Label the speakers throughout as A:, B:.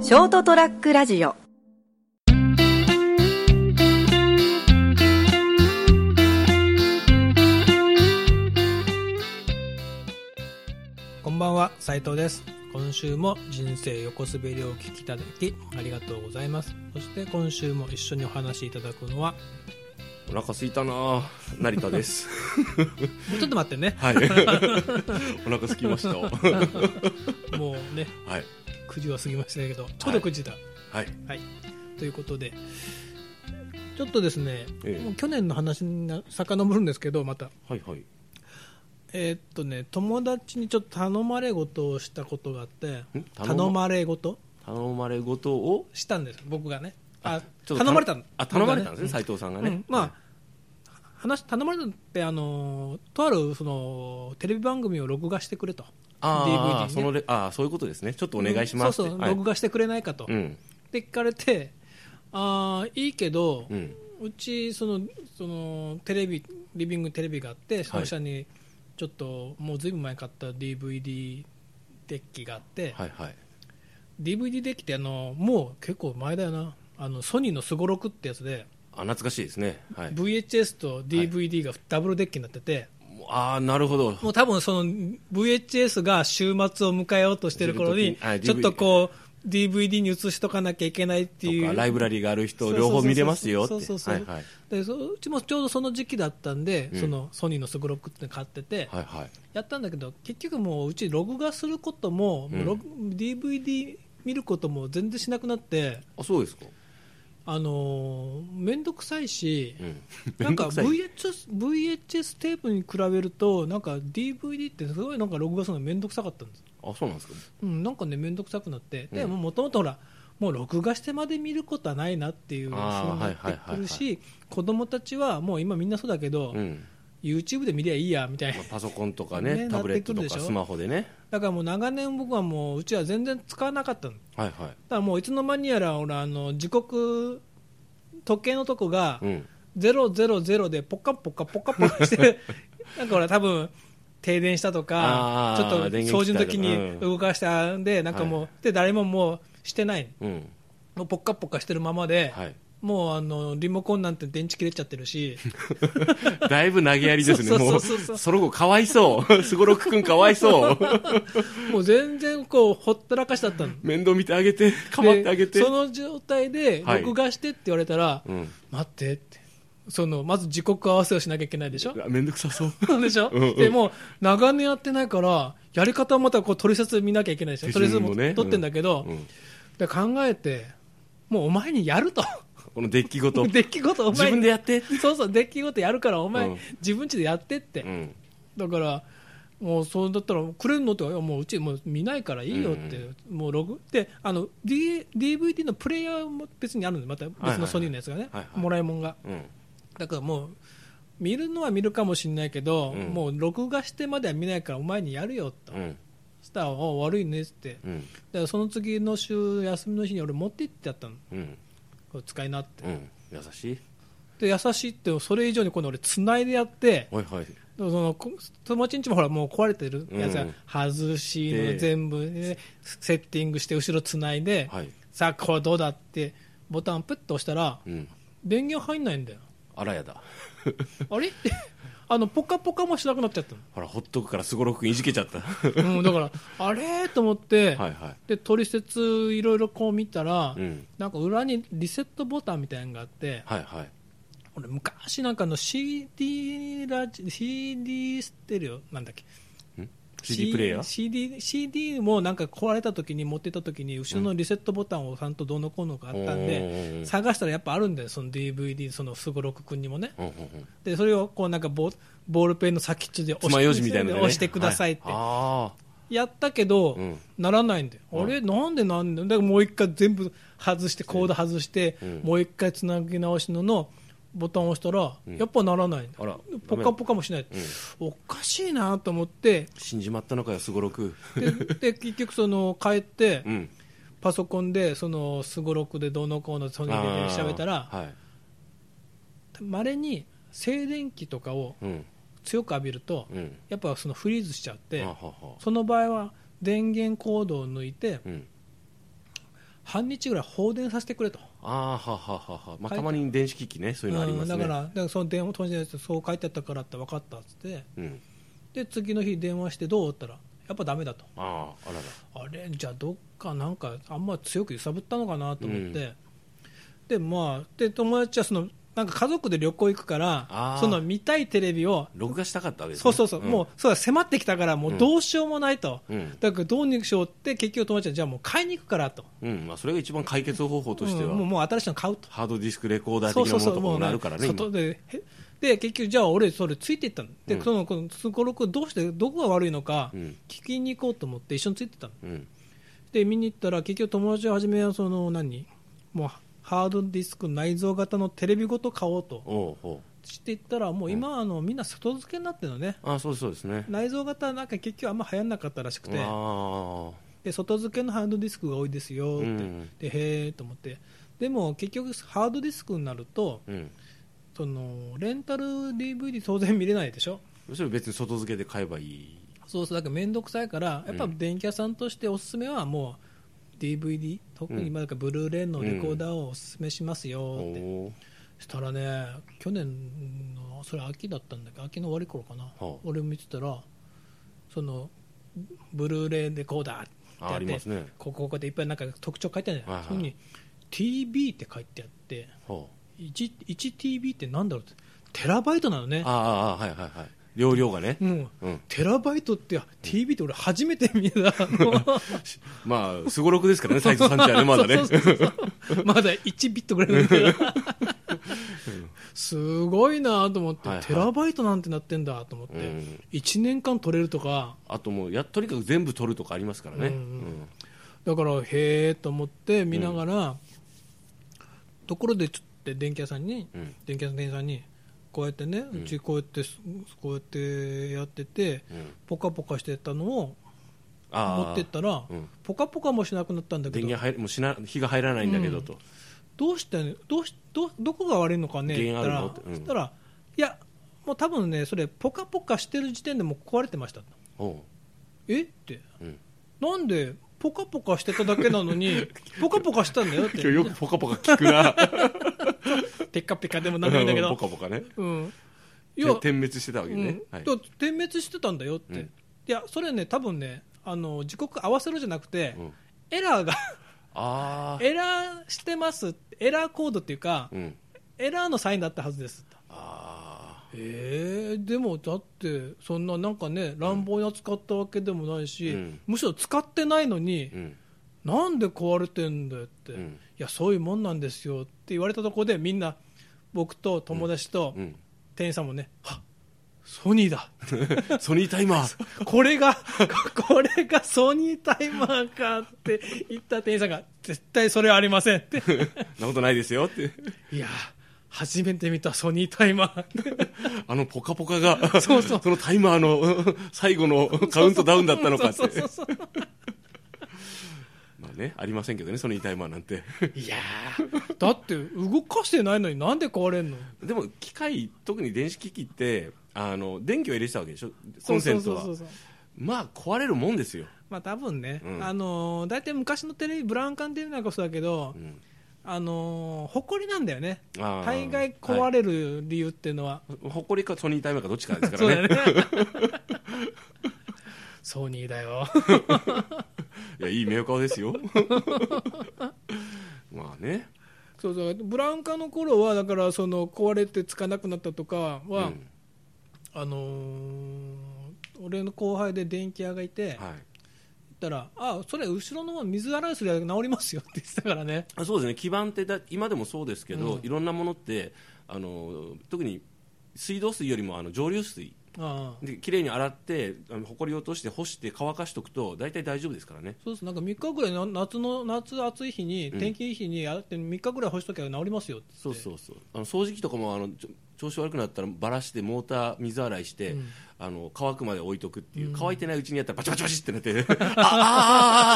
A: ショートトラックラジオ
B: こんばんは、斉藤です。今週も人生横滑りをお聞きいただきありがとうございます。そして今週も一緒にお話しいただくの は、
C: お腹すいたな成田です
B: ちょっと待ってね、
C: はいお腹すきましたは
B: もうね、
C: い
B: 9時は過ぎましたけど、ちょうど9時だ。
C: はい
B: はい。ということで、ちょっとですね、
C: ええ
B: もう去年の話にな遡るんですけど、また。
C: はいはい
B: えーっとね、友達にちょっと頼まれ事をしたことがあって、
C: ん
B: 頼
C: 頼ま
B: まれ事
C: 頼まれ事を
B: したんです、僕がね。あ、
C: ちょっと
B: 頼まれたの。
C: あ頼まれたんです
B: 僕が
C: ね斉藤さんが
B: う
C: ね
B: んまあ、話頼まれたのって、あのーとあるそのテレビ番組を録画してくれと、
C: あ
B: DVD
C: あ
B: ね
C: そのレあーそういうことですねちょっとお願いします
B: う
C: っ
B: ん
C: て
B: そうそう、
C: はい
B: 録画してくれないかと、
C: う
B: っ
C: ん
B: て聞かれて、あーいいけど、う
C: うん
B: ちそのそのテレビ、リビングテレビがあって、その下にちょっと、もうずいぶん前に買った DVD デッキがあって、
C: はいはい
B: DVD デッキってあの、もう結構前だよな、あのソニーのすごろくってやつで、
C: あ懐かしいですねはい
B: VHS と DVD がダブルデッキになってて。
C: ああなるほど
B: もう多分その VHS が週末を迎えようとしてる頃に
C: してる時にはい、
B: ちょっとこう、DVD に移しとかなきゃいけないって
C: と
B: い
C: か
B: う。
C: ライブラリーがある人両方見れますよって
B: そうそうそう
C: は
B: そ
C: いうはい
B: でそううちもちょうどその時期だったんで、
C: うん
B: そのソニーのスゴロックって買ってて、
C: はいはい
B: やったんだけど、結局もううち録画することも、
C: うん
B: ログ DVD 見ることも全然しなくなって、
C: あそうですか
B: あのー、めんどくさいし、
C: うん
B: なんか
C: めどくさい
B: VHS, VHS テープに比べると、なんか DVD ってすごいなんか録画するのめんどくさかったんです。
C: あそうなんですか
B: うん、なんかね、面倒くさくなって、で
C: うん
B: ももともとほら、もう録画してまで見ることはないなっていうふうに
C: あー
B: なってくる
C: はいはいは
B: し、子供たちはもう今、みんなそうだけど、
C: うん
B: YouTube で見りゃいいやみたいな
C: まあ、パソコンとか
B: ね
C: ねタブレット
B: なってくる
C: とか
B: でしょ
C: スマホでね
B: だからもう長年、僕はもう、うちは全然使わなかったの、だか
C: はいはい
B: らもういつの間にやら、ほら、あの時刻、時計のとこが
C: う、ん
B: 000でポッカポカポカポカして る、なんかほら、多分停電したとか
C: あ、
B: ちょっ
C: ー
B: と
C: 電
B: 掃除
C: 源切った
B: の
C: とか
B: 時に動かしたんで、なんかもう、
C: は
B: で誰ももうしてないの。
C: うん
B: もうポッカポカしてるままで、
C: はい
B: もうあのリモコンなんて電池切れちゃってるし、
C: だいぶ投げやりです
B: そ
C: ね。
B: うそ
C: も
B: うそうそう
C: う、その後かわいそう。 すごろくくんかわ いそう。
B: もう全然こうほったらかしだ ったの。
C: 面倒見てあげて、かまってあげて
B: で。その状態で
C: はい
B: 録画してって言われたら、
C: うん。
B: 待ってって。そのまず時刻合わせをしなきゃいけないでしょ
C: あめんどくさそう。
B: でしょ、
C: うんうん
B: でもう長年やってないからやり方をまたこう取説見なきゃいけないでしょ
C: 手
B: 取説
C: 順
B: も
C: もね
B: 取ってんだけど、
C: うん
B: で考えてもうお前にやると
C: このデッ キごと。
B: 出来事お前に
C: 自分でやって。
B: そうそう出来事やるからお前、
C: うん
B: 自分ちでやってって、
C: うん。
B: だから、もうそうだったら、くれるのって、いやもううちもう見ないからいいよって、もうログであの、D、DVD のプレイヤーも別にあるんで、また
C: はい
B: 別
C: は
B: の
C: い
B: ソニーのやつがね、
C: はいはい
B: もらいもんが。
C: うん。
B: だからもう、見るのは見るかもしれないけど、
C: うん
B: もう録画してまでは見ないから、お前にやるよと、
C: うん。
B: そしたら、お悪いねっつって、
C: うん。
B: だからその次の週、休みの日に俺、持って行ってやったの、
C: うん。
B: これ使いなって。
C: うん。優しい。
B: で優しいってそれ以上に今度俺つないでやって
C: はいはい。
B: でもそのこ友達んちもほらもう壊れてるやつが
C: うん
B: 外しの
C: で
B: 全部、ね、セッティングして後ろつないで、
C: はい。
B: さあこれどうだってボタンプッと押したら
C: うん。
B: 電源入んないんだよ
C: あらやだ。
B: あれ ってあのポカポカもしなくなっちゃった
C: ほら、ほっとくからすごろくんいじけちゃった。は
B: の、 うん、だからあれと思って、
C: いは
B: で取説いろいろこう見たら、
C: い。うん。
B: なんか裏にリセットボタンみたいなのがあって、
C: はいはい。
B: 俺昔なんかあの CD ラジ CD ステレオなんだっけ
C: CD プレイヤー
B: CD, CD もなんか壊れた時に持ってた時に後ろのリセットボタンをちゃんとどうのこうのがあったん
C: うんお
B: で、
C: ーおーおー
B: 探したらやっぱあるんだよその DVD そのすごろく君にもね
C: うんうんうん。
B: でそれをこうなんかボボールペンの先っちょで
C: つ
B: 押
C: まようじ
B: し
C: みたいなのね
B: 押してくださいって、
C: はあ
B: やったけど、
C: うん
B: ならないんだよ、
C: うん
B: あれなんでなんだよだからもう一回全部外してコード外して、
C: うん
B: もう一回つなぎ直しののボタンを押したら、
C: ん
B: やっぱならないんだ
C: あら
B: ポカポカもしない、おかしいなと思 って
C: ー。死んじまったのかよ、すごろく。
B: でで結局その帰って、
C: うん。
B: パソコンでそのすごろくでどうのこうのソニーで調べた
C: あー
B: ら
C: はい。
B: まれに静電気とかを
C: うん。
B: 強く浴びると、
C: うん。
B: やっぱそのフリーズしちゃって、
C: あはは
B: その場合は電源コードを抜いて、
C: うん。
B: 半日ぐらい放電させてくれと。
C: ああーはははは、まあ、たまに電子機器ねそういうのありますね
B: うんだから、だからその電話当時のやつそう書いてあったからって分かったっつって、
C: うん、
B: で、次の日電話してどうって言ったら、やっぱダメだと。
C: あああらら
B: あれ、じゃあどっかなんか、あんま強く揺さぶったのかなと思って、で、まあ、で、友達はその、なんか家族で旅行行くから
C: あ、ー
B: その見たいテレビを、
C: 録画したかったわけです、
B: そ
C: ね、
B: うそうそう、
C: ん
B: もう、そうだ、迫ってきたから、もうどうしようもないと。
C: うん、
B: だからどうにかしようって、結局友達は、じゃあもう買いに行くからと。
C: うんまあ、それが一番解決方法としては、
B: うんもうもう新しいの買うと。
C: ハードディスクレコーダー的なものとかもなるからね今
B: 外でへで結局、じゃあ俺、それついていったの、で、
C: うん
B: そのこのすごろく、どうして、どこが悪いのか
C: うん
B: 聞きに行こうと思って、一緒についてったの、
C: うん
B: で見に行ったら、結局、友達は初めはその何、もうハードディスク内蔵型のテレビごと買おうと
C: おうおう
B: していったら、もう今、あのみんな外付けになってるのね、
C: ああそうですそうですね
B: 内蔵型、なんか結局、あんま流行んなかったらしくて、
C: あ
B: で外付けのハードディスクが多いですよ
C: あ
B: っ
C: う
B: て、
C: ん
B: でへえと思って、でも結局、ハードディスクになると、
C: うん
B: そのレンタル DVD 当然見れないでしょ
C: それ別に外付けで買えばいい
B: そうそうだから面倒くさいからやっぱ
C: うん
B: 電気屋さんとしておすすめはもう DVD 特に今だからブルーレイのレコーダーをおすすめします
C: お
B: よって、
C: お
B: したらね去年のそれ秋だったんだけど秋の終わり頃かな、
C: あ
B: 俺見てたらそのブルーレイレコーダーって
C: ああり
B: や
C: ま
B: っ
C: す
B: て、
C: ね
B: ここここでいっぱいなんか特徴書いてあるじゃない、
C: は
B: そ
C: いはい
B: こに TB って書いてあって
C: ほ
B: 1- 1TB ってなんだろうってテラバイトなのね
C: うああああはいはいはい容量がね
B: うん、
C: うん
B: テラバイトって、TV って俺、初めて見た、 の
C: まあすごろくですからね斎藤さんじゃねまだね
B: そうそうそうそうまだ1ビットぐらいのすごいなと思って、
C: はいはい
B: テラバイトなんてなってんだと思って、
C: うん
B: 1年間取れるとか、
C: あともうやとにかく全部取るとかありますからね
B: うんだから、へえと思って見ながら、ところでちょっと電気屋さんに、
C: うん
B: 電気屋さんの店員さんに、こうやってね、うちこうやって、こうやってやってて、
C: うん
B: ポカポカしてたのを
C: ああ
B: 持ってったら、
C: うん
B: ポカポカもしなくなったんだけ
C: 電
B: ど、
C: 源入るもうしな火が入らないんだけどと、
B: どうしてどうしどどこが悪いのかねって言った
C: 原因あ
B: ら
C: るのってうん
B: そしたらいやもう多分ねそれポカポカしてる時点でもう壊れてました
C: おう
B: えって
C: うん
B: なんでポカポカしてただけなの にポカポカしたんだよっ
C: 今日よ
B: て
C: くポカポカ聞くな
B: テッカテカでもなんでもいいんだけ
C: ポ
B: ど
C: カポカね
B: うんいや
C: て点滅してたわけ
B: うん
C: ね、はい
B: だって点滅してたんだよって、
C: うん
B: いやそれね多分ねあの時刻合わせるじゃなくて、
C: うん
B: エラーが
C: ああ
B: エラーしてますエラーコードっていうか、
C: うん
B: エラーのサインだったはずです
C: あ
B: えー、でもだってそんななんかね乱暴に扱ったわけでもないし、
C: うん
B: むしろ使ってないのに
C: ー、うん
B: なんで壊れてんだよって、
C: うん
B: いやそういうもんなんですよって言われたところでみんな僕と友達と
C: うん
B: 店員さんもね、はっソニーだ
C: ソニータイマ ー
B: これが これがソニータイマーかって言った店員さんが絶対それはありません って
C: そんなことないですよって
B: いや初めて見たソニータイマーって
C: あのポカポカが、
B: そうそう
C: のタイマーのうん最後のカウントダウンだったのかっ
B: そうそ
C: て
B: う。そうそう
C: まあね、ありませんけどね、ソニータイマーなんて。
B: いやーだって動かしてないのになんで壊れんの
C: でも、機械、特に電子機器って、あの、電気を入れてたわけでしょコンセントは
B: そう。そうそうそう
C: まあ、壊れるもんですよ。
B: まあ多分ね、
C: うん
B: あのー大体昔のテレビブラウン管テレビなんかそうだけど、
C: うん
B: あのー、ほこりなんだよね
C: あー
B: 大概壊れる理由っていうのは、
C: はいほこりかソニータイマーかどっちかですか
B: そうだ
C: らね。
B: よね ソニーだよ
C: いや、いいメーカーで すよ。まあね。
B: そうそうブラウン管の頃はだからその壊れてつかなくなったとか
C: うん
B: は、あのー俺の後輩で電気屋がいて、
C: はい。
B: ったら、あそれ、後ろの方水洗いすれば治りますよって言ってたからね、
C: あそうですね基盤ってだ今でもそうですけど、
B: うん
C: いろんなものってあの特に水道水よりもあの蒸留水
B: ああ
C: で綺麗に洗ってあの埃を落として干して乾かしとくと大体大丈夫ですからね
B: そうです、なんか3日ぐらいな、夏の夏暑い日に、
C: ん
B: 天気いい日に、あって3日ぐらい干しときゃ治りますよって
C: そうそうそうあの掃除機とかもあのちょ調子悪くなったらばらしてモーター水洗いして、
B: うん
C: あの乾くまで置いとくっていう、
B: うん
C: 乾いてないうちにやったらバチバチバチってなってああああ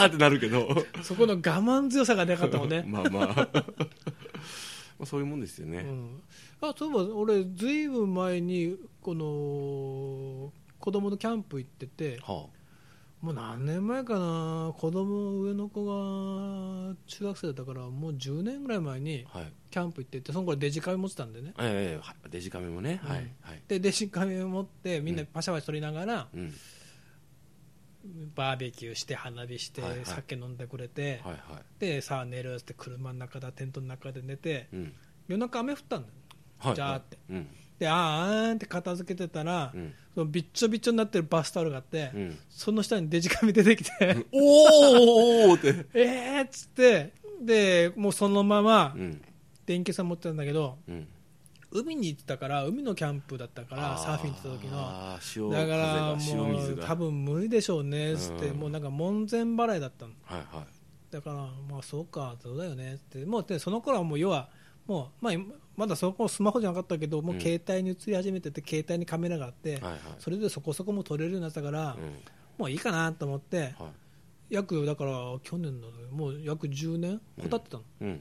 C: ああってなるけど
B: そこの我慢強さがなかったもん ね。
C: まあまあまあそういうもんですよ
B: う
C: ね、
B: ん、あそういえば俺、ずいぶん前にこの子供のキャンプ行ってて、
C: は
B: もう何年前かな子供上の子が中学生だったからもう10年ぐらい前に
C: はい
B: キャンプ行っててその頃デジカメ持ってたんでね
C: ええはいデジカメもね、
B: う
C: はい
B: ん
C: はい
B: でデジカメ持ってみんな
C: うん
B: パシャパシャ撮りながら、
C: うん
B: バーベキューして花火して、
C: はいはい
B: 酒飲んでくれて、
C: はいは
B: でさあ寝るっつって車の中だテントの中で寝て
C: いうん
B: 夜中雨降ったんだよ
C: はい
B: じゃーって
C: うん
B: であーあーんって片付けてたら、
C: うん
B: そのびっちょびっちょになってるバスタオルがあって、
C: うん
B: その下にデジカメ出てき て
C: おーって
B: えーっつってでもうそのまま
C: うん
B: 電気さん持ってたんだけど
C: うん
B: 海に行ってたから海のキャンプだったからサーフィン行ってた時の
C: あー潮
B: だ
C: 風
B: から
C: が潮
B: も
C: 水
B: う
C: が
B: 多分無理でしょうねっつって、
C: うん
B: もうなんか門前払いだったの
C: はいは
B: だからまあそうかそうだよねってもうでその頃はもう要はもう、まあ、今まだその頃スマホじゃなかったけどもううん携帯に映り始めてて、携帯にカメラがあって、
C: いはいはい
B: それでそこそこも撮れるようになったから、
C: うん
B: もういいかなと思って
C: はい
B: 約だから去年のもう約10年
C: うん
B: ほたってたの、
C: うん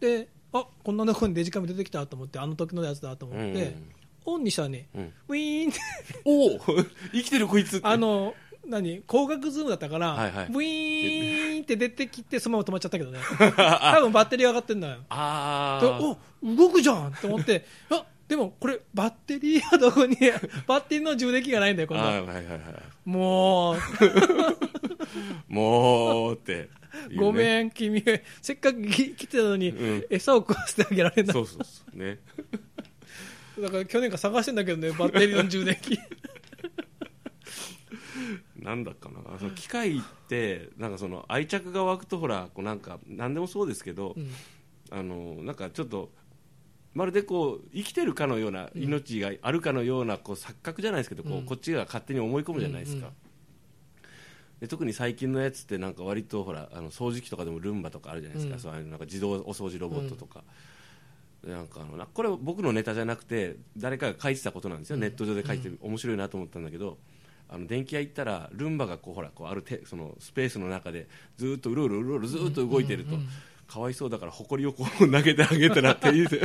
B: であこんなとこにデジカメ出てきたと思ってあの時のやつだと思
C: うん
B: って、オンにしたらね
C: うん
B: ウィーンって
C: おお生きてるこいつって
B: あの何光学ズームだったから、
C: はいはい
B: ウィーンって出てきてそのまま止まっちゃったけど ね多分バッテリー上がってんのよ
C: あ
B: で
C: あ
B: お動くじゃんと思って、あでもこれ、バッテリーはどこに、 バッテリーの充電器がないんだよ、今
C: あ
B: 度
C: ーはいはいはい
B: もう、
C: もうっていうね
B: ごめん、君、 せっかくき来てたのに、
C: うん
B: 餌を食わせてあげられない、
C: そうそうそうね
B: だから去年から探してんだけどね、バッテリーの充電器、
C: なんだっかなその機械ってなんかその愛着が湧くとほらこうなんか何でもそうですけど、
B: うん
C: あのなんかちょっとまるでこう生きてるかのような命があるかのようなこう錯覚じゃないですけど、こ
B: うん
C: うこっちが勝手に思い込むじゃないですか、
B: うんうん
C: で特に最近のやつってなんか割とほらあの掃除機とかでもルンバとかあるじゃないですか,、
B: うん
C: そういうなんか自動お掃除ロボットとか。でなんかあのなこれは僕のネタじゃなくて誰かが書いてたことなんですよ、ネット上で書いて面白いなと思ったんだけど、あの電気屋行ったらルンバがこうほらこうあるてそのスペースの中でずっとうろうろうろうろずっと動いてると、かわいそうだから埃をこう投げてあげたらって言うて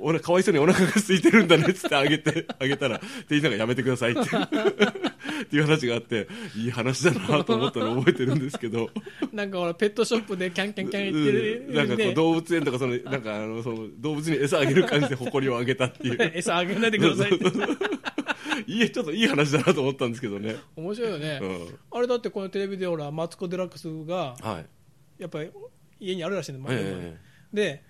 C: 俺かわいそうにお腹が空いてるんだねっつってあげてあげたら店員さんがやめてくださいってっていう話があっていい話だなと思ったのを覚えてるんですけど
B: なんかほら、ペットショップでキャンキャンキャン行って
C: うんなん
B: る
C: かこう動物園とかそのなんかあのその動物に餌あげる感じで埃をあげたって いう
B: 餌あげないでくださいって、
C: いいちょっといい話だなと思ったんですけどね、
B: 面白いよね、
C: うん、
B: あれだってこのテレビでほら、マツコ・デラックスが、
C: はい、
B: やっぱり家にあるらしいの、
C: え
B: で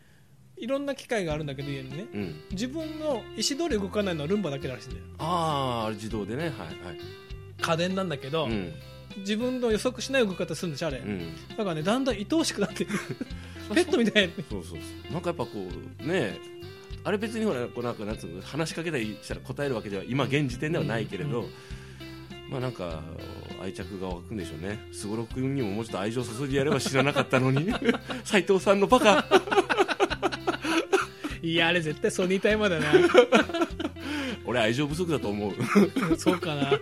B: いろんな機械があるんだけど家にね
C: えうん、
B: 自分の石通り動かないのはルンバだけらしいんだよ
C: あーあれ自動でねはい
B: 家電なんだけど、
C: はいうん
B: 自分の予測しない動き方するんでしょあれ、
C: うん
B: だからねだんだん愛おしくな ってくるペットみたいに
C: そうそうそうなんかやっぱこうねあれ別にほらこうなんかなんつうの話しかけたりしたら答えるわけでは今現時点ではないけれど、
B: うん
C: まあなんか愛着が湧くんでしょうねすごろくにももうちょっと愛情注いでやれば知らなかったの に斉藤さんのバカ
B: いやあれ絶対ソニータイマーだ
C: 俺愛情不足だと思う
B: なそうかないや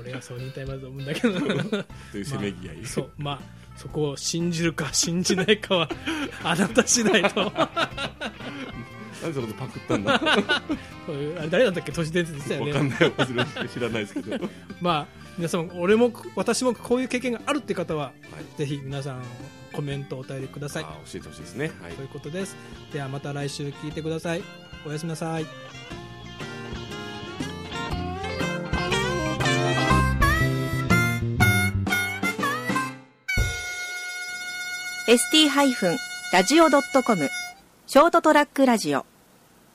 B: 俺はソニータイマーだと思うんだけど
C: というせめぎ合い、
B: そうまあそこを信じるか信じないかはあなた次第 と
C: なんでそこでパクったんだわ
B: そういうあれ誰だったっけ都市伝説でしたよね
C: かんないよ忘れ知らないですけど、はい、
B: まあ皆さん俺も私もこういう経験があるって方はぜひ皆さんコメントお便りくだ
C: あ
B: さい
C: ー教えてほしいですねはい
B: ということですではまた来週聞いてくださいおやすみなさい
A: ST-radio.com ショートトラックラジオ